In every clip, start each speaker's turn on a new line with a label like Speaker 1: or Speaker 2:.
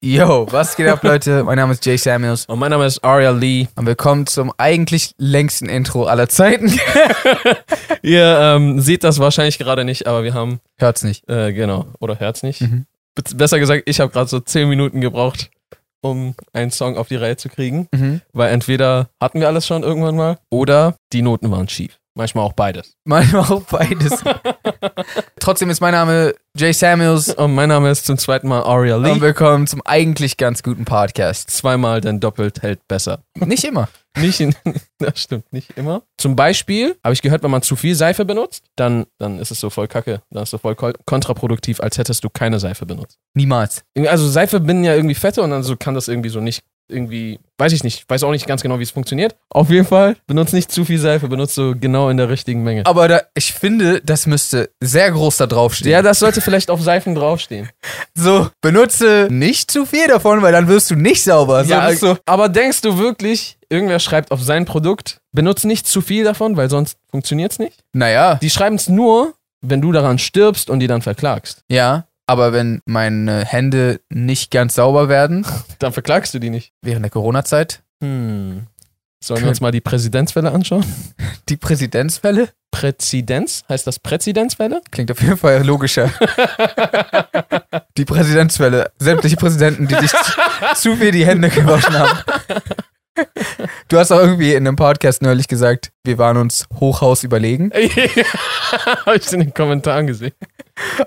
Speaker 1: Yo, was geht ab, Leute? Mein Name ist Jay Samuels
Speaker 2: Und mein Name ist Aria Lee.
Speaker 1: und willkommen zum eigentlich längsten Intro aller Zeiten.
Speaker 2: Ihr ähm, seht das wahrscheinlich gerade nicht, aber wir haben,
Speaker 1: Hört's nicht.
Speaker 2: äh, genau, oder hört's nicht.
Speaker 1: Mhm.
Speaker 2: Be besser gesagt, ich habe gerade so 10 Minuten gebraucht, um einen Song auf die Reihe zu kriegen, weil entweder hatten wir alles schon irgendwann mal oder die Noten waren schief. Manchmal auch beides.
Speaker 1: Manchmal auch beides. Trotzdem ist mein Name Jay Samuels
Speaker 2: Und mein Name ist zum zweiten Mal Aria
Speaker 1: und
Speaker 2: Lee.
Speaker 1: willkommen zum eigentlich ganz guten Podcast.
Speaker 2: Zweimal, denn doppelt hält besser.
Speaker 1: Nicht immer.
Speaker 2: Nicht in, das stimmt, nicht immer. Zum Beispiel habe ich gehört, wenn man zu viel Seife benutzt, dann, dann ist es so voll kacke. Dann ist es so voll kol- kontraproduktiv, als hättest du keine Seife benutzt.
Speaker 1: Niemals.
Speaker 2: Irgendwie- Also Seife binden ja irgendwie Fette und dann so kann das irgendwie so nicht irgendwie, weiß ich nicht, weiß auch nicht ganz genau, wie es funktioniert. Auf jeden Fall, benutzt nicht zu viel Seife, benutzt so genau in der richtigen Menge.
Speaker 1: Aber da, ich finde, das müsste sehr groß da draufstehen.
Speaker 2: Ja, das sollte vielleicht auf Seifen draufstehen.
Speaker 1: So, benutze nicht zu viel davon, weil dann wirst du nicht sauber. Also So,
Speaker 2: ja, so. Aber denkst du wirklich, irgendwer schreibt auf sein Produkt, benutzt nicht zu viel davon, weil sonst funktioniert es nicht?
Speaker 1: Naja,
Speaker 2: Die schreiben es nur, wenn du daran stirbst und die dann verklagst.
Speaker 1: ja. Aber wenn meine Hände nicht ganz sauber werden,
Speaker 2: Dann verklagst du die nicht.
Speaker 1: während der Corona-Zeit,
Speaker 2: Hm. Sollen wir uns mal die Präzedenzfälle anschauen?
Speaker 1: die Präsidentsfälle,
Speaker 2: Präzidenz? Heißt das Präzedenzfälle?
Speaker 1: klingt auf jeden Fall logischer. die Präsidentsfälle, sämtliche Präsidenten, die sich zu- zu viel die Hände gewaschen haben. Du hast auch irgendwie in einem Podcast neulich gesagt, wir waren uns Hochhaus überlegen.
Speaker 2: Habe ich in den Kommentaren gesehen.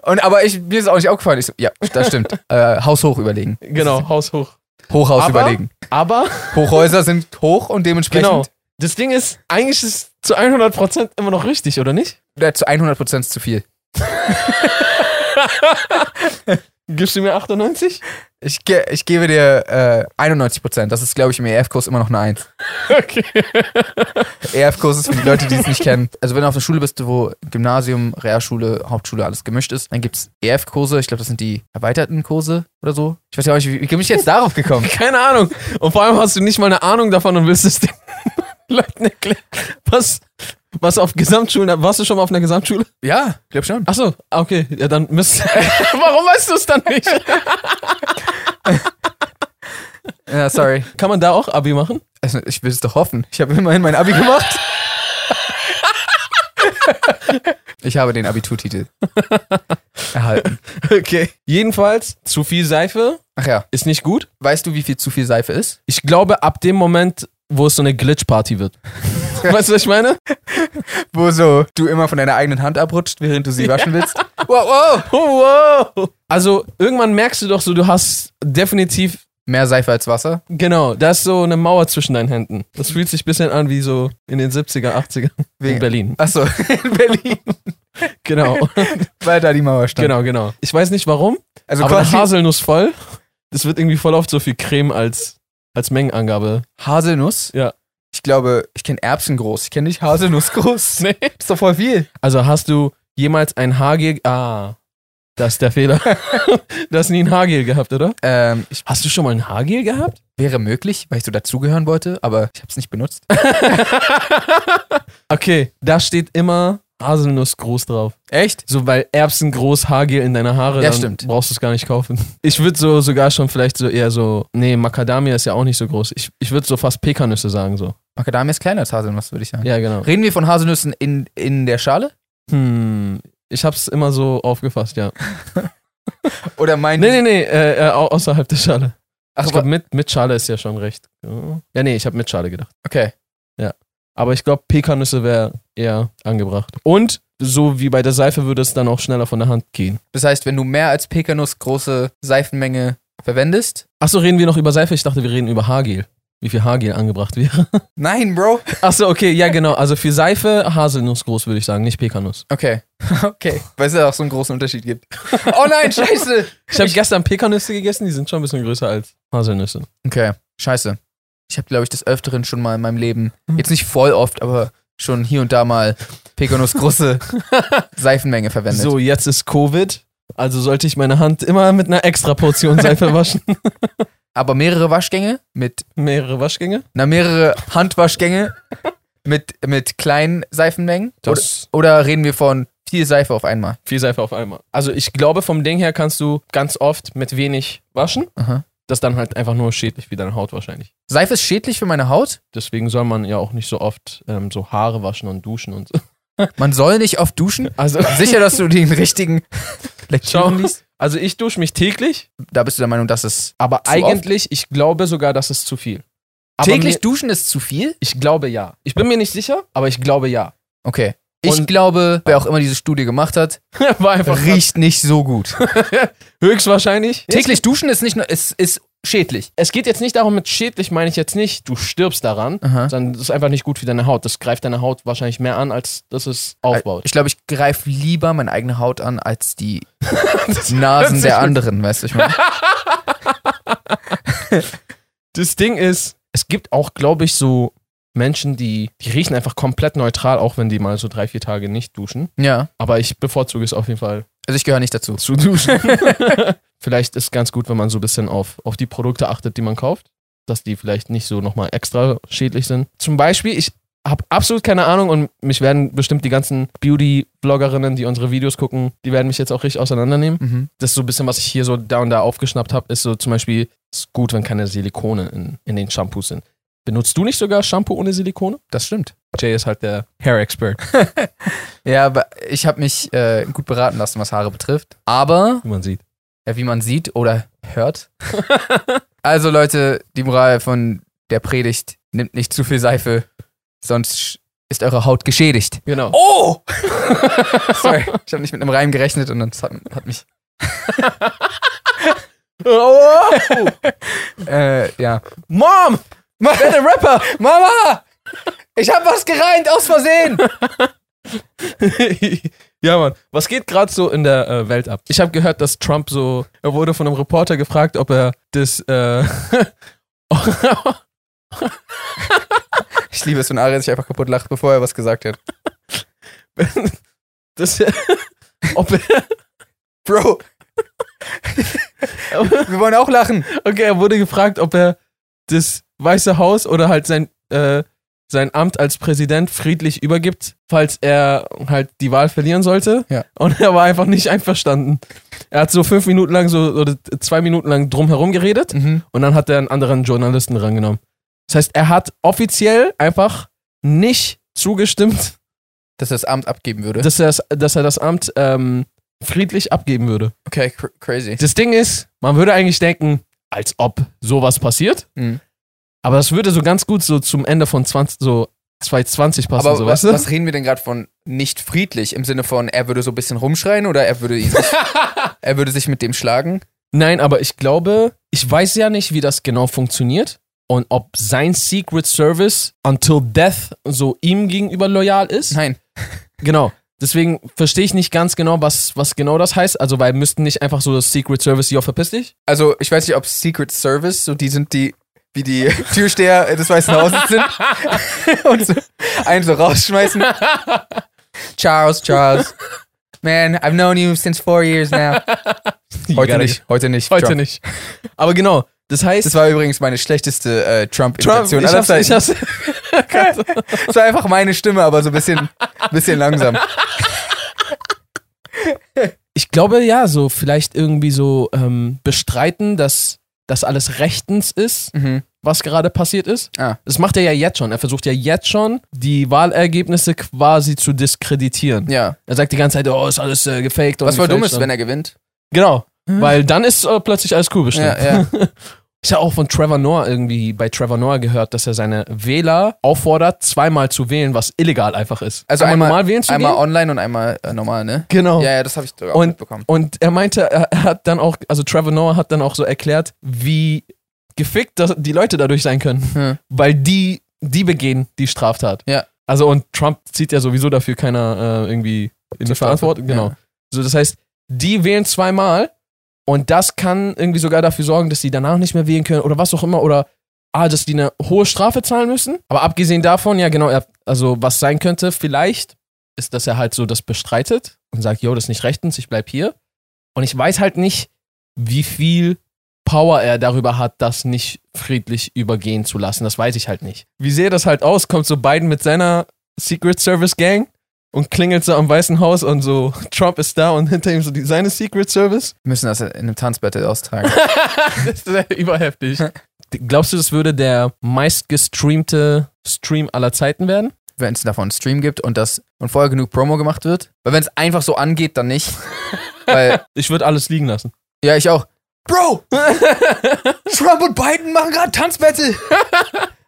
Speaker 1: Und aber ich, mir ist auch nicht aufgefallen. Ich so, ja, das stimmt. äh, Haus hoch überlegen.
Speaker 2: Genau, Haus hoch.
Speaker 1: Hochhaus
Speaker 2: Aber-
Speaker 1: überlegen.
Speaker 2: Aber,
Speaker 1: Hochhäuser sind hoch und dementsprechend
Speaker 2: genau, das Ding ist, eigentlich ist es zu 100% immer noch richtig, oder nicht?
Speaker 1: äh, zu 100% ist zu viel.
Speaker 2: Gibst du mir 98?
Speaker 1: Ich, ge ich gebe dir äh, 91%. Das ist, glaube ich, im EF-Kurs immer noch eine 1.
Speaker 2: Okay.
Speaker 1: EF-Kurs E ist für die Leute, die es nicht kennen. Also wenn du auf einer Schule bist, wo Gymnasium, Realschule, Hauptschule alles gemischt ist, dann gibt es EF-Kurse. Ich glaube, das sind die erweiterten Kurse oder so. Ich weiß ja auch nicht, wie, wie bin ich jetzt darauf gekommen?
Speaker 2: Keine Ahnung. Und vor allem hast du nicht mal eine Ahnung davon und willst es den Leuten erklären. Was, was auf Gesamtschulen, warst du schon mal auf einer Gesamtschule?
Speaker 1: Ja, ich glaube schon.
Speaker 2: Achso, ah, okay, ja, dann müsst Warum weißt du es dann nicht?
Speaker 1: Ja, sorry.
Speaker 2: Kann man da auch Abi machen?
Speaker 1: Also, ich will es doch hoffen. Ich habe immerhin mein Abi gemacht. ich habe den Abiturtitel erhalten.
Speaker 2: Okay. Jedenfalls, zu viel Seife
Speaker 1: Ach ja,
Speaker 2: ist nicht gut.
Speaker 1: weißt du, wie viel zu viel Seife ist?
Speaker 2: Ich glaube, ab dem Moment, wo es so eine Glitch-Party wird. weißt du, was ich meine?
Speaker 1: Wo so du immer von deiner eigenen Hand abrutscht, während du sie waschen willst. Wow, wow.
Speaker 2: Oh, wow. Also, irgendwann merkst du doch so, du hast definitiv,
Speaker 1: Mehr Seife als Wasser.
Speaker 2: genau, da ist so eine Mauer zwischen deinen Händen. Das fühlt sich ein bisschen an wie so in den 70er, 80er in Berlin.
Speaker 1: Achso, in Berlin,
Speaker 2: Genau,
Speaker 1: weil da die Mauer stand.
Speaker 2: genau, genau. Ich weiß nicht warum,
Speaker 1: Also
Speaker 2: aber eine
Speaker 1: quasi
Speaker 2: Haselnuss voll, das wird irgendwie voll oft so viel Creme als, als Mengenangabe.
Speaker 1: Haselnuss.
Speaker 2: Ja.
Speaker 1: Ich glaube, ich kenne Erbsen groß. Ich kenne nicht Haselnuss groß.
Speaker 2: Nee.
Speaker 1: Ist doch voll viel.
Speaker 2: Also hast du jemals ein Haargel, ah, das ist der Fehler. du hast nie ein Haargel gehabt, oder?
Speaker 1: Ähm, ich
Speaker 2: Hast du schon mal ein Haargel gehabt?
Speaker 1: wäre möglich, weil ich so dazugehören wollte, aber ich habe es nicht benutzt.
Speaker 2: Okay, da steht immer Haselnuss groß drauf.
Speaker 1: Echt?
Speaker 2: So, weil Erbsen groß Haargel in deine Haare,
Speaker 1: Ja,
Speaker 2: dann
Speaker 1: stimmt.
Speaker 2: brauchst du es gar nicht kaufen. Ich würde so sogar schon vielleicht so eher so, nee, Macadamia ist ja auch nicht so groß. Ich, ich würde so fast Pekannüsse sagen so.
Speaker 1: Macadamia ist kleiner als Haselnuss, würde ich sagen.
Speaker 2: Ja, genau.
Speaker 1: Reden wir von Haselnüssen in, in der Schale?
Speaker 2: Hm, ich hab's immer so aufgefasst, ja.
Speaker 1: Oder meinen
Speaker 2: Nee, nee, nee, äh, äh, au- außerhalb der Schale.
Speaker 1: Ach,
Speaker 2: ich glaube, mit, mit Schale ist ja schon recht. Ja, nee, ich habe mit Schale gedacht.
Speaker 1: okay.
Speaker 2: Aber ich glaube, Pekannüsse wäre eher angebracht. Und so wie bei der Seife würde es dann auch schneller von der Hand gehen.
Speaker 1: Das heißt, wenn du mehr als Pekanuss große Seifenmenge verwendest.
Speaker 2: Achso, reden wir noch über Seife? Ich dachte, wir reden über Haargel. Wie viel Haargel angebracht wäre.
Speaker 1: Nein, Bro.
Speaker 2: Achso, okay, ja, genau. Also für Seife Haselnuss groß, würde ich sagen, nicht Pekanuss.
Speaker 1: Okay. Okay. Weil es ja auch so einen großen Unterschied gibt. Oh nein, scheiße.
Speaker 2: Ich habe gestern Pekanüsse gegessen, die sind schon ein bisschen größer als Haselnüsse.
Speaker 1: Okay, scheiße. Ich habe, glaube ich, des Öfteren schon mal in meinem Leben,
Speaker 2: Mhm.
Speaker 1: jetzt nicht voll oft, aber schon hier und da mal Pekanuss große Seifenmenge verwendet.
Speaker 2: So, jetzt ist Covid. Also sollte ich meine Hand immer mit einer extra Portion Seife waschen.
Speaker 1: aber mehrere Waschgänge mit,
Speaker 2: Mehrere Waschgänge.
Speaker 1: na, mehrere Handwaschgänge mit, mit kleinen Seifenmengen? Oder,
Speaker 2: Das
Speaker 1: oder reden wir von viel Seife auf einmal?
Speaker 2: viel Seife auf einmal. Also ich glaube, vom Ding her kannst du ganz oft mit wenig waschen.
Speaker 1: Aha.
Speaker 2: Das ist dann halt einfach nur schädlich für deine Haut wahrscheinlich.
Speaker 1: Seife ist schädlich für meine Haut.
Speaker 2: Deswegen soll man ja auch nicht so oft ähm, so Haare waschen und duschen und so.
Speaker 1: Man soll nicht oft duschen.
Speaker 2: Also,
Speaker 1: Sicher, dass du den richtigen
Speaker 2: Schau.
Speaker 1: Lektüren liest?
Speaker 2: also ich dusche mich täglich,
Speaker 1: Da bist du der Meinung, dass es.
Speaker 2: aber
Speaker 1: Zu
Speaker 2: eigentlich, ich glaube sogar, das ist zu viel. Aber
Speaker 1: täglich
Speaker 2: Mir,
Speaker 1: duschen ist zu viel?
Speaker 2: ich glaube ja. Ich bin mir nicht sicher, aber ich glaube ja.
Speaker 1: Okay. Ich
Speaker 2: Und-
Speaker 1: glaube, wer auch immer diese Studie gemacht hat,
Speaker 2: War einfach
Speaker 1: riecht nicht so gut.
Speaker 2: höchstwahrscheinlich.
Speaker 1: täglich duschen ist nicht nur. Es ist schädlich.
Speaker 2: Es geht jetzt nicht darum, mit schädlich meine ich jetzt nicht, du stirbst daran,
Speaker 1: Aha.
Speaker 2: sondern das ist einfach nicht gut für deine Haut. Das greift deine Haut wahrscheinlich mehr an, als dass es aufbaut.
Speaker 1: Ich glaube, ich greife lieber meine eigene Haut an als die
Speaker 2: hört
Speaker 1: Nasen
Speaker 2: sich
Speaker 1: der
Speaker 2: gut.
Speaker 1: anderen, weißt du, ich meine.
Speaker 2: Das Ding ist, es gibt auch, glaube ich, so Menschen, die, die riechen einfach komplett neutral, auch wenn die mal so drei, vier Tage nicht duschen.
Speaker 1: Ja.
Speaker 2: Aber ich bevorzuge es auf jeden Fall
Speaker 1: Also ich gehöre nicht dazu.
Speaker 2: zu duschen. vielleicht ist ganz gut, wenn man so ein bisschen auf, auf die Produkte achtet, die man kauft, dass die vielleicht nicht so nochmal extra schädlich sind. Zum Beispiel, ich habe absolut keine Ahnung und mich werden bestimmt die ganzen Beauty-Bloggerinnen, die unsere Videos gucken, die werden mich jetzt auch richtig auseinandernehmen.
Speaker 1: Mhm.
Speaker 2: Das ist so ein bisschen, was ich hier so da und da aufgeschnappt habe, ist so zum Beispiel, ist gut, wenn keine Silikone in, in den Shampoos sind. Benutzt du nicht sogar Shampoo ohne Silikone?
Speaker 1: Das stimmt.
Speaker 2: Jay ist halt der Hair-Expert,
Speaker 1: Ja, aber ich habe mich äh, gut beraten lassen, was Haare betrifft. Aber
Speaker 2: wie man sieht.
Speaker 1: ja, wie man sieht oder hört. also Leute, die Moral von der Predigt, nehmt nicht zu viel Seife, sonst sch- ist eure Haut geschädigt.
Speaker 2: Genau.
Speaker 1: Oh! Sorry, ich habe nicht mit einem Reim gerechnet und dann hat, hat mich, Oh! äh, ja.
Speaker 2: Mom!
Speaker 1: Werde Rapper! Mama! Ich habe was gereimt, aus Versehen!
Speaker 2: ja, Mann. Was geht gerade so in der äh, Welt ab? Ich habe gehört, dass Trump so. Er wurde von einem Reporter gefragt, ob er das. Äh,
Speaker 1: Ich liebe es, wenn Ariel sich einfach kaputt lacht, bevor er was gesagt hat.
Speaker 2: das ob er,
Speaker 1: Bro! Wir wollen auch lachen.
Speaker 2: okay, er wurde gefragt, ob er das Weiße Haus oder halt sein, äh, sein Amt als Präsident friedlich übergibt, falls er halt die Wahl verlieren sollte.
Speaker 1: Ja.
Speaker 2: Und er war einfach nicht einverstanden. Er hat so fünf Minuten lang, so oder zwei Minuten lang drumherum geredet.
Speaker 1: Mhm.
Speaker 2: Und dann hat er einen anderen Journalisten rangenommen. Das heißt, er hat offiziell einfach nicht zugestimmt,
Speaker 1: Dass er das Amt abgeben würde.
Speaker 2: dass er das, dass er das Amt ähm, friedlich abgeben würde.
Speaker 1: Okay, cr crazy.
Speaker 2: Das Ding ist, man würde eigentlich denken, als ob sowas passiert,
Speaker 1: Mhm.
Speaker 2: aber das würde so ganz gut so zum Ende von 20, so 2020 passen,
Speaker 1: Aber
Speaker 2: so,
Speaker 1: was,
Speaker 2: weißt du?
Speaker 1: was reden wir denn gerade von nicht friedlich? Im Sinne von, er würde so ein bisschen rumschreien oder er würde, ihn sich, er würde sich mit dem schlagen?
Speaker 2: Nein, aber ich glaube, ich weiß ja nicht, wie das genau funktioniert und ob sein Secret Service until death so ihm gegenüber loyal ist.
Speaker 1: Nein.
Speaker 2: Genau. Deswegen verstehe ich nicht ganz genau, was, was genau das heißt. Also, weil müssten nicht einfach so das Secret Service, ja, verpiss dich.
Speaker 1: Also, ich weiß nicht, ob Secret Service, so die sind die, wie die Türsteher des Weißen Hauses sind und so einen so rausschmeißen. Charles, Charles. Man, I've known you since four years now. Heute nicht, heute nicht.
Speaker 2: Heute
Speaker 1: Trump.
Speaker 2: nicht. Aber genau, das heißt.
Speaker 1: Das war übrigens meine schlechteste äh,
Speaker 2: Trump,
Speaker 1: Trump-Imitation
Speaker 2: ich
Speaker 1: aller
Speaker 2: hab's, ich
Speaker 1: Zeiten.
Speaker 2: hab's,
Speaker 1: Es war einfach meine Stimme, aber so ein bisschen, bisschen langsam.
Speaker 2: ich glaube ja, so vielleicht irgendwie so ähm, bestreiten, dass das alles rechtens ist,
Speaker 1: Mhm.
Speaker 2: was gerade passiert ist.
Speaker 1: Ah.
Speaker 2: Das macht er ja jetzt schon. Er versucht ja jetzt schon, die Wahlergebnisse quasi zu diskreditieren.
Speaker 1: Ja.
Speaker 2: Er sagt die ganze Zeit, oh, ist alles äh, gefaked. und
Speaker 1: Was voll dumm ist,
Speaker 2: gefälscht
Speaker 1: wenn er gewinnt.
Speaker 2: und- Genau. Weil dann ist äh, plötzlich alles cool bestimmt.
Speaker 1: Ja, ja.
Speaker 2: Ich habe auch von Trevor Noah irgendwie bei Trevor Noah gehört, dass er seine Wähler auffordert, zweimal zu wählen, was illegal einfach ist.
Speaker 1: Also
Speaker 2: Kann man
Speaker 1: einmal-
Speaker 2: normal wählen zu
Speaker 1: Einmal
Speaker 2: gehen?
Speaker 1: online und einmal äh, normal, ne?
Speaker 2: Genau.
Speaker 1: Ja, ja, das habe ich auch
Speaker 2: Und-
Speaker 1: mitbekommen.
Speaker 2: Und er meinte, er hat dann auch, also Trevor Noah hat dann auch so erklärt, wie gefickt das, die Leute dadurch sein können,
Speaker 1: Hm.
Speaker 2: weil die, die begehen die Straftat.
Speaker 1: Ja.
Speaker 2: Also und Trump zieht ja sowieso dafür keiner äh, irgendwie in die
Speaker 1: Zur
Speaker 2: Verantwortung.
Speaker 1: Strafe,
Speaker 2: Genau.
Speaker 1: ja.
Speaker 2: So, das heißt, die wählen zweimal und das kann irgendwie sogar dafür sorgen, dass die danach nicht mehr wählen können oder was auch immer oder ah, dass die eine hohe Strafe zahlen müssen. Aber abgesehen davon, ja genau, er, also was sein könnte, vielleicht ist, dass er halt so das bestreitet und sagt, yo, das ist nicht rechtens, ich bleib hier. Und ich weiß halt nicht, wie viel Power er darüber hat, das nicht friedlich übergehen zu lassen. Das weiß ich halt nicht. Wie sähe das halt aus? Kommt so Biden mit seiner Secret Service Gang und klingelt so am Weißen Haus und so Trump ist da und hinter ihm so die, seine Secret Service?
Speaker 1: Wir müssen das in einem Tanzbattle austragen.
Speaker 2: Das ist überheftig. Glaubst du, das würde der meistgestreamte Stream aller Zeiten werden?
Speaker 1: wenn es davon einen Stream gibt und das und vorher genug Promo gemacht wird. Weil wenn es einfach so angeht, dann nicht. Weil,
Speaker 2: Ich würde alles liegen lassen.
Speaker 1: ja, ich auch. Bro! Trump und Biden machen gerade Tanzbattle!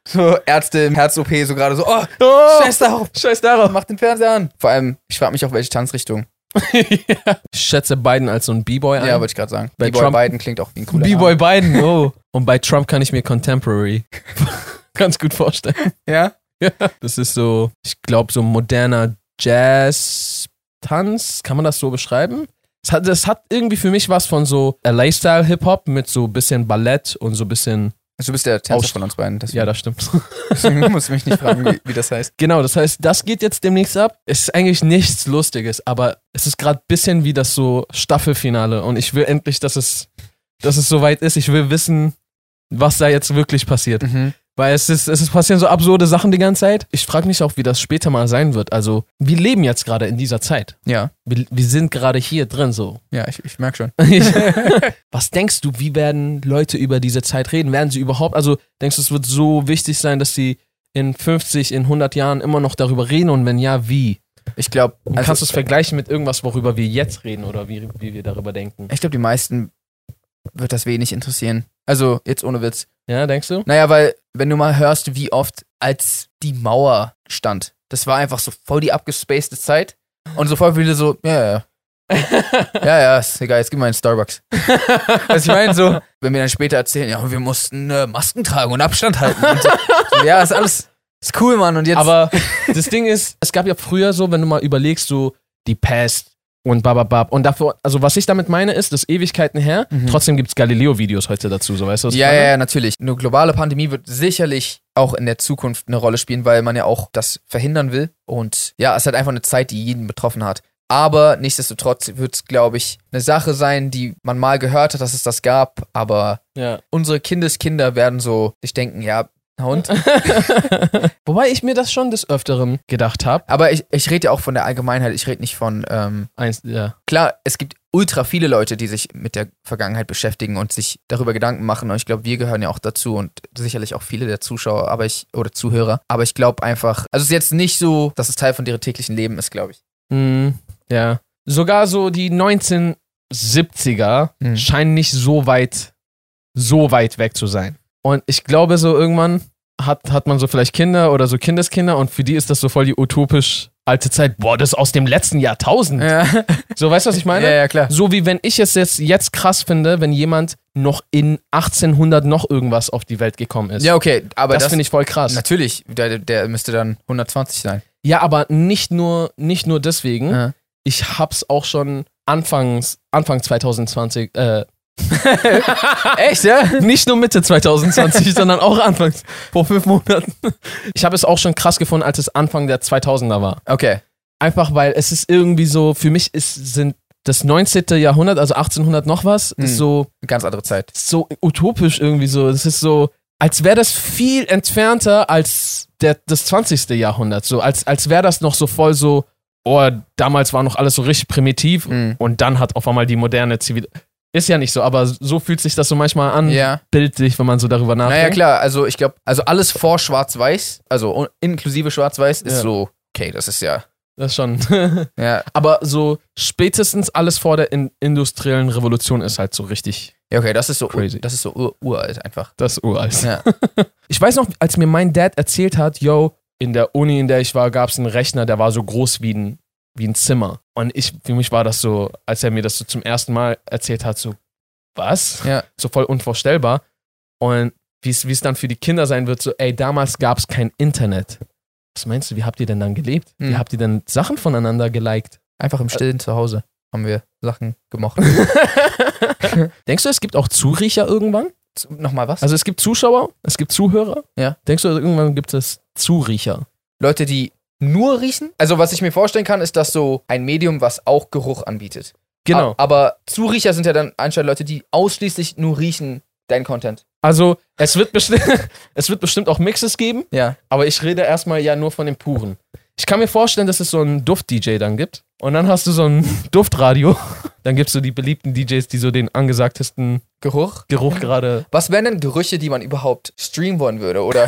Speaker 1: so Ärzte im Herz-OP so gerade so, oh, scheiß darauf,
Speaker 2: Scheiß darauf.
Speaker 1: mach den Fernseher an. Vor allem, ich frage mich auch, welche Tanzrichtung.
Speaker 2: Ich schätze Biden als so ein B-Boy an.
Speaker 1: Ja, wollte ich gerade sagen.
Speaker 2: Bei
Speaker 1: B-Boy
Speaker 2: Trump-
Speaker 1: Biden klingt auch wie ein cooler
Speaker 2: B-Boy Biden, oh. Und bei Trump kann ich mir Contemporary ganz gut vorstellen.
Speaker 1: Name. Ja?
Speaker 2: Ja. Das ist so, ich glaube, so moderner Jazz-Tanz. Kann man das so beschreiben? Das hat, das hat irgendwie für mich was von so LA-Style-Hip-Hop mit so bisschen Ballett und so bisschen.
Speaker 1: Also, du bist der Tänzer
Speaker 2: Aus-
Speaker 1: von uns beiden,
Speaker 2: Ja,
Speaker 1: deswegen,
Speaker 2: das stimmt.
Speaker 1: deswegen musst du mich nicht fragen, wie, wie das heißt.
Speaker 2: Genau, das heißt, das geht jetzt demnächst ab. Es ist eigentlich nichts Lustiges, aber es ist gerade ein bisschen wie das so Staffelfinale und ich will endlich, dass es, dass es soweit ist. Ich will wissen, was da jetzt wirklich passiert.
Speaker 1: Mhm.
Speaker 2: Weil es ist, es ist passieren so absurde Sachen die ganze Zeit. Ich frage mich auch, wie das später mal sein wird. Also, wir leben jetzt gerade in dieser Zeit.
Speaker 1: Ja,
Speaker 2: Wir, wir sind gerade hier drin so.
Speaker 1: ja, ich, ich merke schon.
Speaker 2: Ich- was denkst du, wie werden Leute über diese Zeit reden? Werden sie überhaupt, also denkst du, es wird so wichtig sein, dass sie in 50, in 100 Jahren immer noch darüber reden und wenn ja, wie?
Speaker 1: Ich also glaube,
Speaker 2: Und kannst du
Speaker 1: äh,
Speaker 2: es vergleichen mit irgendwas, worüber wir jetzt reden oder wie, wie wir darüber denken?
Speaker 1: ich glaube, die meisten wird das wenig interessieren. Also, jetzt ohne Witz.
Speaker 2: Ja, denkst du?
Speaker 1: Naja, weil, wenn du mal hörst, wie oft als die Mauer stand, das war einfach so voll die abgespacede Zeit. Und so voll viele so, ja, ja. Ja, ja, ja, ist egal, jetzt gib mal einen Starbucks. Was ich meine, so, wenn wir dann später erzählen, ja, wir mussten äh, Masken tragen und Abstand halten. Und so. so, ja, ist alles, ist cool, Mann. Und jetzt,
Speaker 2: Aber das Ding ist, es gab ja früher so, wenn du mal überlegst, so die Pest und bababab. Und davor, also was ich damit meine, ist, das ist Ewigkeiten her.
Speaker 1: Mhm.
Speaker 2: Trotzdem gibt es Galileo-Videos heute dazu, so weißt du was? ich
Speaker 1: ja,
Speaker 2: meine?
Speaker 1: ja, ja, natürlich. Eine globale Pandemie wird sicherlich auch in der Zukunft eine Rolle spielen, weil man ja auch das verhindern will. Und ja, es ist halt einfach eine Zeit, die jeden betroffen hat. Aber nichtsdestotrotz wird es, glaube ich, eine Sache sein, die man mal gehört hat, dass es das gab. Aber
Speaker 2: ja.
Speaker 1: unsere Kindeskinder werden so sich denken, ja, na und?
Speaker 2: Wobei ich mir das schon des Öfteren gedacht habe.
Speaker 1: Aber ich, ich rede ja auch von der Allgemeinheit. Ich rede nicht von, ähm,
Speaker 2: Eins, ja.
Speaker 1: klar, es gibt ultra viele Leute, die sich mit der Vergangenheit beschäftigen und sich darüber Gedanken machen. Und ich glaube, wir gehören ja auch dazu und sicherlich auch viele der Zuschauer, aber ich, oder Zuhörer. Aber ich glaube einfach, also es ist jetzt nicht so, dass es Teil von ihrem täglichen Leben ist, glaube ich.
Speaker 2: Mhm. Ja. Sogar so die 1970er
Speaker 1: Mhm.
Speaker 2: scheinen nicht so weit, so weit weg zu sein. Und ich glaube, so irgendwann hat, hat man so vielleicht Kinder oder so Kindeskinder und für die ist das so voll die utopisch alte Zeit. Boah, das ist aus dem letzten Jahrtausend.
Speaker 1: Ja,
Speaker 2: So, weißt du, was ich meine?
Speaker 1: ja, ja klar.
Speaker 2: So wie wenn ich es jetzt, jetzt krass finde, wenn jemand noch in 1800 noch irgendwas auf die Welt gekommen ist.
Speaker 1: Ja, okay, aber
Speaker 2: das
Speaker 1: das,
Speaker 2: finde ich voll krass.
Speaker 1: Natürlich, der, der müsste dann 120 sein.
Speaker 2: Ja, aber nicht nur, nicht nur deswegen.
Speaker 1: Ja.
Speaker 2: Ich hab's auch schon anfangs, Anfang 2020, äh,
Speaker 1: Echt, ja?
Speaker 2: nicht nur Mitte 2020, sondern auch anfangs, vor fünf Monaten. Ich habe es auch schon krass gefunden, als es Anfang der 2000er war.
Speaker 1: Okay.
Speaker 2: Einfach weil es ist irgendwie so, für mich ist, sind das 19. Jahrhundert, also 1800 noch was,
Speaker 1: Hm.
Speaker 2: ist so,
Speaker 1: Eine ganz andere Zeit.
Speaker 2: ist so utopisch irgendwie so. Es ist so, als wäre das viel entfernter als der, das 20. Jahrhundert. So, als, als wäre das noch so voll so, oh, damals war noch alles so richtig primitiv
Speaker 1: Mhm.
Speaker 2: und dann hat auf einmal die moderne Zivil. Ist ja nicht so, aber so fühlt sich das so manchmal an,
Speaker 1: Ja.
Speaker 2: bildlich, wenn man so darüber nachdenkt.
Speaker 1: Naja, klar, also ich glaube, also alles vor Schwarz-Weiß, also un- inklusive Schwarz-Weiß, ist
Speaker 2: Ja.
Speaker 1: so, okay, das ist ja.
Speaker 2: Das ist schon.
Speaker 1: Ja,
Speaker 2: aber so spätestens alles vor der in industriellen Revolution ist halt so richtig
Speaker 1: ja okay, das ist so,
Speaker 2: Crazy.
Speaker 1: das ist so ur uralt einfach.
Speaker 2: das Uralt.
Speaker 1: Ja.
Speaker 2: Ich weiß noch, als mir mein Dad erzählt hat, yo, in der Uni, in der ich war, gab es einen Rechner, der war so groß wie ein, wie ein Zimmer. Und ich, für mich war das so, als er mir das so zum ersten Mal erzählt hat, so, was?
Speaker 1: Ja.
Speaker 2: So voll unvorstellbar. Und wie es wie es dann für die Kinder sein wird, so, ey, damals gab es kein Internet. Was meinst du, wie habt ihr denn dann gelebt? Wie
Speaker 1: Hm.
Speaker 2: habt ihr denn Sachen voneinander geliked?
Speaker 1: Einfach im Stillen zu Hause haben wir Sachen gemocht.
Speaker 2: Denkst du, es gibt auch Zuriecher irgendwann?
Speaker 1: Z- Nochmal was?
Speaker 2: Also es gibt Zuschauer, es gibt Zuhörer.
Speaker 1: Ja.
Speaker 2: Denkst du, irgendwann gibt es Zuriecher?
Speaker 1: Leute, die nur riechen? Also, was ich mir vorstellen kann, ist das so ein Medium, was auch Geruch anbietet.
Speaker 2: Genau.
Speaker 1: A- Aber Zuriecher sind ja dann anscheinend Leute, die ausschließlich nur riechen Dein Content.
Speaker 2: Also, es wird, besti es wird bestimmt auch Mixes geben,
Speaker 1: Ja.
Speaker 2: aber ich rede erstmal ja nur von den puren. Ich kann mir vorstellen, dass es so einen Duft-DJ dann gibt. Und dann hast du so ein Duftradio. Dann gibst du die beliebten DJs, die so den angesagtesten
Speaker 1: Geruch.
Speaker 2: Geruch gerade.
Speaker 1: Was wären denn Gerüche, die man überhaupt streamen wollen würde? Oder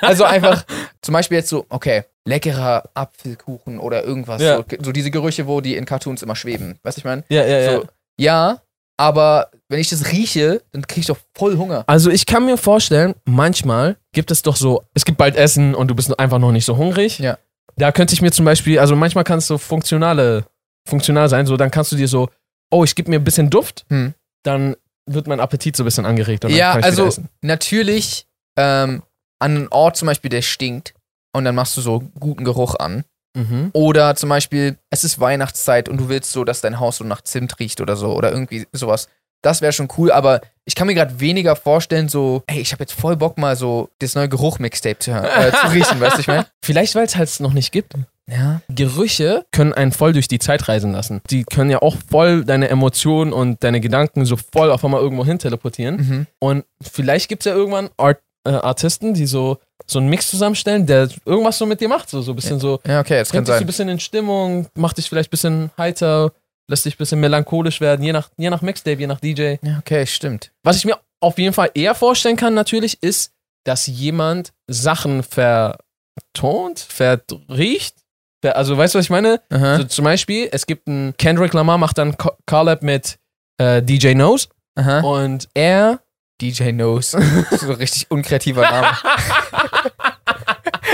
Speaker 1: also einfach zum Beispiel jetzt so, okay, leckerer Apfelkuchen oder irgendwas.
Speaker 2: Ja.
Speaker 1: So, so diese Gerüche, wo die in Cartoons immer schweben. Weißt du, ich meine?
Speaker 2: Ja, ja,
Speaker 1: So, Äh, ja, aber wenn ich das rieche, dann krieg ich doch voll Hunger.
Speaker 2: Also ich kann mir vorstellen, manchmal gibt es doch so, es gibt bald Essen und du bist einfach noch nicht so hungrig.
Speaker 1: Ja.
Speaker 2: Da könnte ich mir zum Beispiel, also manchmal kann es so funktionale, funktional sein, so dann kannst du dir so, oh, ich gebe mir ein bisschen Duft,
Speaker 1: Hm.
Speaker 2: dann wird mein Appetit so ein bisschen angeregt. Und
Speaker 1: Ja,
Speaker 2: dann kann ich
Speaker 1: also-
Speaker 2: wieder essen.
Speaker 1: Natürlich ähm, an einen Ort zum Beispiel, der stinkt und dann machst du so guten Geruch an.
Speaker 2: Mhm.
Speaker 1: Oder zum Beispiel, es ist Weihnachtszeit und du willst so, dass dein Haus so nach Zimt riecht oder so oder irgendwie sowas. Das wäre schon cool, aber ich kann mir gerade weniger vorstellen, so, ey, ich habe jetzt voll Bock mal so das neue Geruch-Mixtape zu, hören, äh, zu riechen, weißt du, ich meine?
Speaker 2: Vielleicht, weil es halt noch nicht gibt.
Speaker 1: Ja.
Speaker 2: Gerüche können einen voll durch die Zeit reisen lassen. Die können ja auch voll deine Emotionen und deine Gedanken so voll auf einmal irgendwo hin teleportieren.
Speaker 1: Mhm.
Speaker 2: Und vielleicht gibt es ja irgendwann Art, äh, Artisten, die so, so einen Mix zusammenstellen, der irgendwas so mit dir macht. So, so ein bisschen so,
Speaker 1: Ja, okay, das kann
Speaker 2: bringt dich so ein
Speaker 1: sein.
Speaker 2: bisschen in Stimmung, macht dich vielleicht ein bisschen heiter, lässt dich ein bisschen melancholisch werden, je nach, je nach Mixtape, je nach DJ.
Speaker 1: Ja, okay, stimmt.
Speaker 2: Was ich mir auf jeden Fall eher vorstellen kann, natürlich, ist, dass jemand Sachen vertont, verriecht. Ver also, weißt du, was ich meine?
Speaker 1: Aha,
Speaker 2: So, zum Beispiel, es gibt einen Kendrick Lamar, macht dann Co- Collab mit äh, DJ Nose
Speaker 1: aha.
Speaker 2: und er
Speaker 1: DJ Nose. so ein richtig unkreativer Name.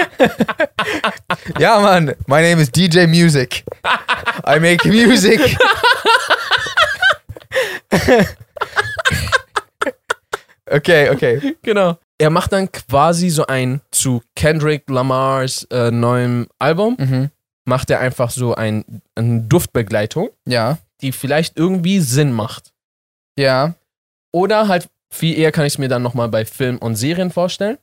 Speaker 1: ja, Mann. My name is DJ Music. I make music. okay, okay.
Speaker 2: Genau. Er macht dann quasi so ein zu Kendrick Lamars äh, neuem Album,
Speaker 1: Mhm.
Speaker 2: macht er einfach so ein, eine Duftbegleitung,
Speaker 1: Ja,
Speaker 2: die vielleicht irgendwie Sinn macht.
Speaker 1: ja.
Speaker 2: Oder halt viel eher kann ich es mir dann nochmal bei Film und Serien vorstellen,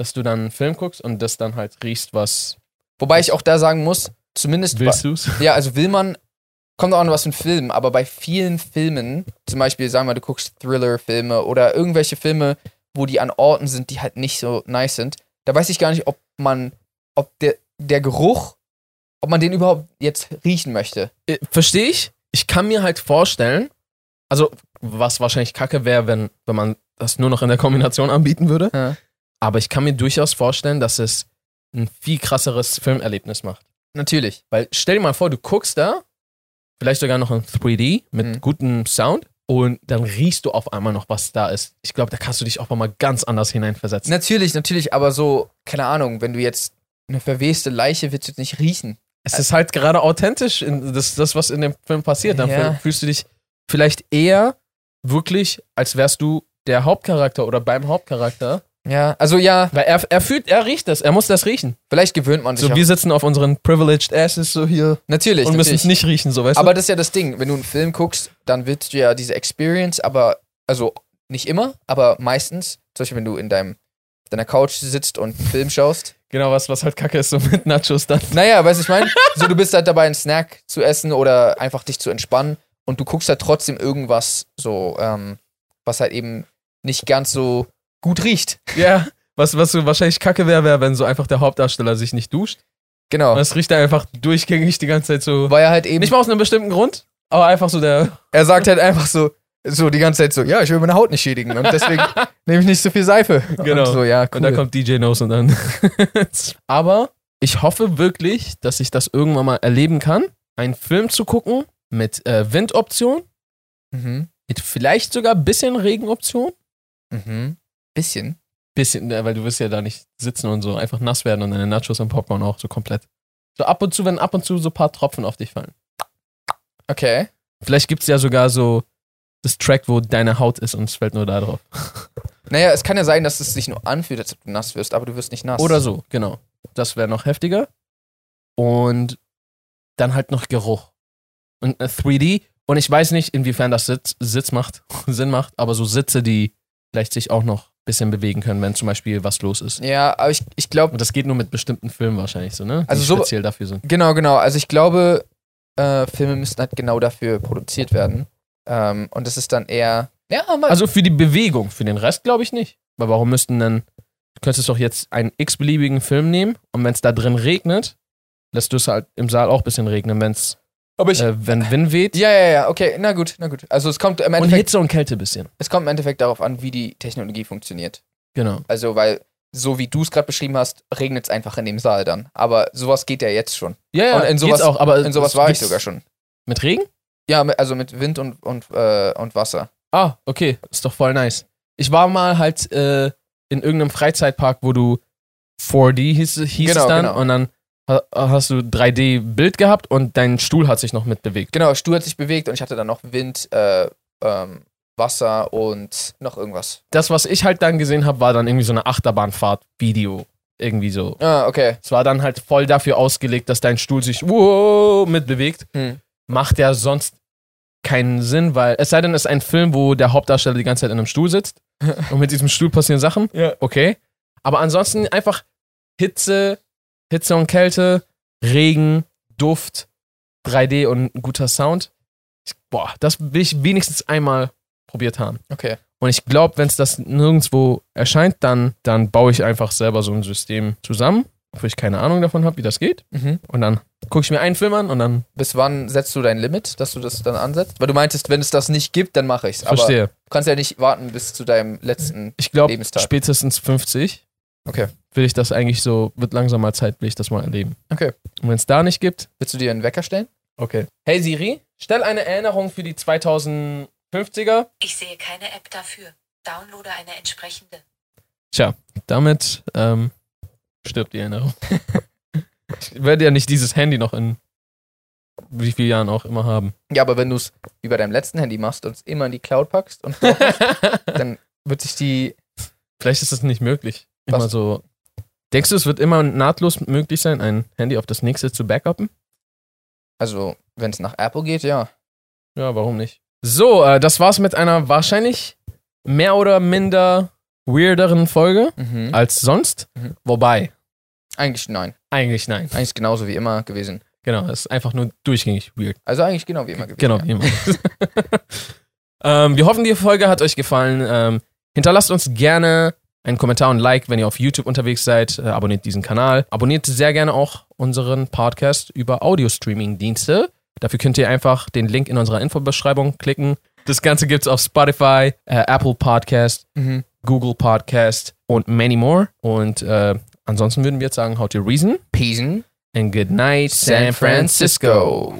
Speaker 2: dass du dann einen Film guckst und das dann halt riechst, was
Speaker 1: Wobei ich auch da sagen muss, zumindest
Speaker 2: willst du's?
Speaker 1: Ja, also will man, kommt auch an was für ein Film, aber bei vielen Filmen, zum Beispiel, sagen wir, mal, du guckst Thriller-Filme oder irgendwelche Filme, wo die an Orten sind, die halt nicht so nice sind, da weiß ich gar nicht, ob man, ob der, der Geruch, ob man den überhaupt jetzt riechen möchte.
Speaker 2: Äh, Verstehe ich. Ich kann mir halt vorstellen, also was wahrscheinlich kacke wäre, wenn, wenn man das nur noch in der Kombination anbieten würde,
Speaker 1: Ja.
Speaker 2: aber ich kann mir durchaus vorstellen, dass es ein viel krasseres Filmerlebnis macht.
Speaker 1: Natürlich.
Speaker 2: Weil stell dir mal vor, du guckst da, vielleicht sogar noch in 3D mit
Speaker 1: Mhm.
Speaker 2: gutem Sound und dann riechst du auf einmal noch, was da ist. Ich glaube, da kannst du dich auch mal ganz anders hineinversetzen.
Speaker 1: Natürlich, natürlich, aber so, keine Ahnung, wenn du jetzt eine verweste Leiche willst du jetzt nicht riechen.
Speaker 2: es ist halt gerade authentisch, in, das, das, was in dem Film passiert. Dann
Speaker 1: Ja.
Speaker 2: fühl- fühlst du dich vielleicht eher wirklich, als wärst du der Hauptcharakter oder beim Hauptcharakter.
Speaker 1: Ja, also ja,
Speaker 2: Weil er, er fühlt, er riecht das, er muss das riechen.
Speaker 1: vielleicht gewöhnt man sich
Speaker 2: So,
Speaker 1: auch.
Speaker 2: wir sitzen auf unseren privileged asses so hier
Speaker 1: Natürlich,
Speaker 2: und müssen
Speaker 1: natürlich.
Speaker 2: es nicht riechen, so weißt
Speaker 1: Aber das ist ja das Ding, wenn du einen Film guckst, dann willst du ja diese Experience, aber, also nicht immer, aber meistens, zum Beispiel wenn du in deinem, auf deiner Couch sitzt und einen Film schaust.
Speaker 2: du? Genau, was, was halt kacke ist, so mit Nachos dann.
Speaker 1: Naja, weißt du, ich meine, so du bist halt dabei, einen Snack zu essen oder einfach dich zu entspannen und du guckst halt trotzdem irgendwas so, ähm, was halt eben nicht ganz so gut riecht.
Speaker 2: Ja, was, was so wahrscheinlich kacke wäre, wäre, wenn so einfach der Hauptdarsteller sich nicht duscht. Und
Speaker 1: Genau.
Speaker 2: es riecht dann einfach durchgängig die ganze Zeit so.
Speaker 1: Weil er halt eben,
Speaker 2: Nicht mal aus einem bestimmten Grund, aber einfach so der.
Speaker 1: er sagt halt einfach so, so die ganze Zeit so, ja, ich will meine Haut nicht schädigen und deswegen nehme ich nicht so viel Seife.
Speaker 2: Genau.
Speaker 1: Und so, ja, cool.
Speaker 2: Und dann kommt DJ Nose und dann. aber ich hoffe wirklich, dass ich das irgendwann mal erleben kann, einen Film zu gucken mit äh, Windoption,
Speaker 1: mhm.
Speaker 2: mit vielleicht sogar bisschen Regenoption.
Speaker 1: Mhm. Bisschen.
Speaker 2: Bisschen, äh, weil du wirst ja da nicht sitzen und so einfach nass werden und deine Nachos und Popcorn auch so komplett. So ab und zu, wenn ab und zu so ein paar Tropfen auf dich fallen.
Speaker 1: Okay.
Speaker 2: Vielleicht gibt es ja sogar so das Track, wo deine Haut ist und es fällt nur da drauf.
Speaker 1: Naja, es kann ja sein, dass es sich nur anfühlt, als ob du nass wirst, aber du wirst nicht nass.
Speaker 2: Oder so, genau. Das wäre noch heftiger. Und dann halt noch Geruch. Und äh, 3D. Und ich weiß nicht, inwiefern das Sitz, Sitz macht, Sinn macht, aber so Sitze, die vielleicht sich auch noch ein bisschen bewegen können, wenn zum Beispiel was los ist.
Speaker 1: Ja, aber ich, ich glaube,
Speaker 2: Und das geht nur mit bestimmten Filmen wahrscheinlich so, ne? Die
Speaker 1: Also so-
Speaker 2: speziell dafür sind.
Speaker 1: genau, genau. Also ich glaube, äh, Filme müssen halt genau dafür produziert werden. Ähm, und das ist dann eher Ja, aber
Speaker 2: Also für die Bewegung, für den Rest glaube ich nicht. Weil warum müssten denn, du könntest doch jetzt einen x-beliebigen Film nehmen und wenn es da drin regnet, lässt du es halt im Saal auch ein bisschen regnen, wenn's,
Speaker 1: aber ich,
Speaker 2: äh, wenn Wind weht.
Speaker 1: ja, ja, ja, okay, na gut, na gut. Also es kommt im
Speaker 2: Und
Speaker 1: Endeffekt,
Speaker 2: Hitze und Kälte ein bisschen.
Speaker 1: es kommt im Endeffekt darauf an, wie die Technologie funktioniert.
Speaker 2: Genau.
Speaker 1: Also, weil, so wie du es gerade beschrieben hast, regnet es einfach in dem Saal dann. Aber sowas geht ja jetzt schon.
Speaker 2: Ja,
Speaker 1: ja,
Speaker 2: und in sowas,
Speaker 1: geht's auch,
Speaker 2: auch, aber
Speaker 1: In sowas war ich sogar schon.
Speaker 2: Mit Regen?
Speaker 1: Ja, mit- also mit Wind und, und, äh, und Wasser.
Speaker 2: Ah, okay. Ist doch voll nice. Ich war mal halt äh, in irgendeinem Freizeitpark, wo du 4D hieß, hieß
Speaker 1: Genau,
Speaker 2: es dann
Speaker 1: genau.
Speaker 2: und dann ha- hast du 3D-Bild gehabt und dein Stuhl hat sich noch mitbewegt.
Speaker 1: Genau, Stu hat sich bewegt und ich hatte dann noch Wind, äh, ähm, Wasser und noch irgendwas.
Speaker 2: Das, was ich halt dann gesehen habe, war dann irgendwie so eine Achterbahnfahrt-Video. Irgendwie so.
Speaker 1: Ah, okay.
Speaker 2: Es war dann halt voll dafür ausgelegt, dass dein Stuhl sich wow, mitbewegt.
Speaker 1: Hm.
Speaker 2: Macht ja sonst keinen Sinn, weil es sei denn, es ist ein Film, wo der Hauptdarsteller die ganze Zeit in einem Stuhl sitzt und mit diesem Stuhl passieren Sachen.
Speaker 1: Ja.
Speaker 2: Okay. Aber ansonsten einfach Hitze, Hitze und Kälte, Regen, Duft, 3D und ein guter Sound. Ich, boah, das will ich wenigstens einmal probiert haben.
Speaker 1: Okay.
Speaker 2: Und ich glaube, wenn es das nirgendwo erscheint, dann, dann baue ich einfach selber so ein System zusammen, obwohl ich keine Ahnung davon habe, wie das geht.
Speaker 1: Mhm.
Speaker 2: Und dann gucke ich mir einen Film an und dann
Speaker 1: Bis wann setzt du dein Limit, dass du das dann ansetzt? Weil du meintest, wenn es das nicht gibt, dann mache ich's. Aber
Speaker 2: verstehe.
Speaker 1: du kannst ja nicht warten bis zu deinem letzten.
Speaker 2: Ich glaube,
Speaker 1: Lebenstag.
Speaker 2: spätestens 50
Speaker 1: Okay.
Speaker 2: will ich das eigentlich so, wird langsam mal Zeit, will ich das mal erleben.
Speaker 1: Okay.
Speaker 2: Und wenn es da nicht gibt,
Speaker 1: Willst du dir einen Wecker stellen?
Speaker 2: Okay. Hey Siri, stell eine Erinnerung für die 2050er.
Speaker 3: Ich sehe keine App dafür. Downloade eine entsprechende.
Speaker 2: Tja, damit ähm, stirbt die Erinnerung. ich werde ja nicht dieses Handy noch in wie vielen Jahren auch immer haben.
Speaker 1: Ja, aber wenn du es wie bei deinem letzten Handy machst und es immer in die Cloud packst und drauf machst, dann wird sich die.
Speaker 2: Vielleicht ist das nicht möglich.
Speaker 1: Was?
Speaker 2: Immer so. Denkst du, es wird immer nahtlos möglich sein, ein Handy auf das nächste zu backuppen?
Speaker 1: Also, wenn es nach Apple geht, ja.
Speaker 2: Ja, warum nicht? So, äh, das war's mit einer wahrscheinlich mehr oder minder weirderen Folge
Speaker 1: Mhm.
Speaker 2: als sonst.
Speaker 1: Mhm.
Speaker 2: Wobei,
Speaker 1: Eigentlich nein.
Speaker 2: eigentlich nein.
Speaker 1: Eigentlich genauso wie immer gewesen.
Speaker 2: Genau, es ist einfach nur durchgängig weird.
Speaker 1: Also eigentlich genau wie immer gewesen.
Speaker 2: Genau,
Speaker 1: Ja.
Speaker 2: wie immer. ähm, wir hoffen, die Folge hat euch gefallen. Ähm, hinterlasst uns gerne einen Kommentar und Like, wenn ihr auf YouTube unterwegs seid. Äh, abonniert diesen Kanal. Abonniert sehr gerne auch unseren Podcast über Audio-Streaming-Dienste. Dafür könnt ihr einfach den Link in unserer Infobeschreibung klicken. Das Ganze gibt's auf Spotify, äh, Apple Podcast,
Speaker 1: Mhm.
Speaker 2: Google Podcast und many more. Und äh, ansonsten würden wir jetzt sagen, how to reason
Speaker 1: Peace.
Speaker 2: and good night, San Francisco.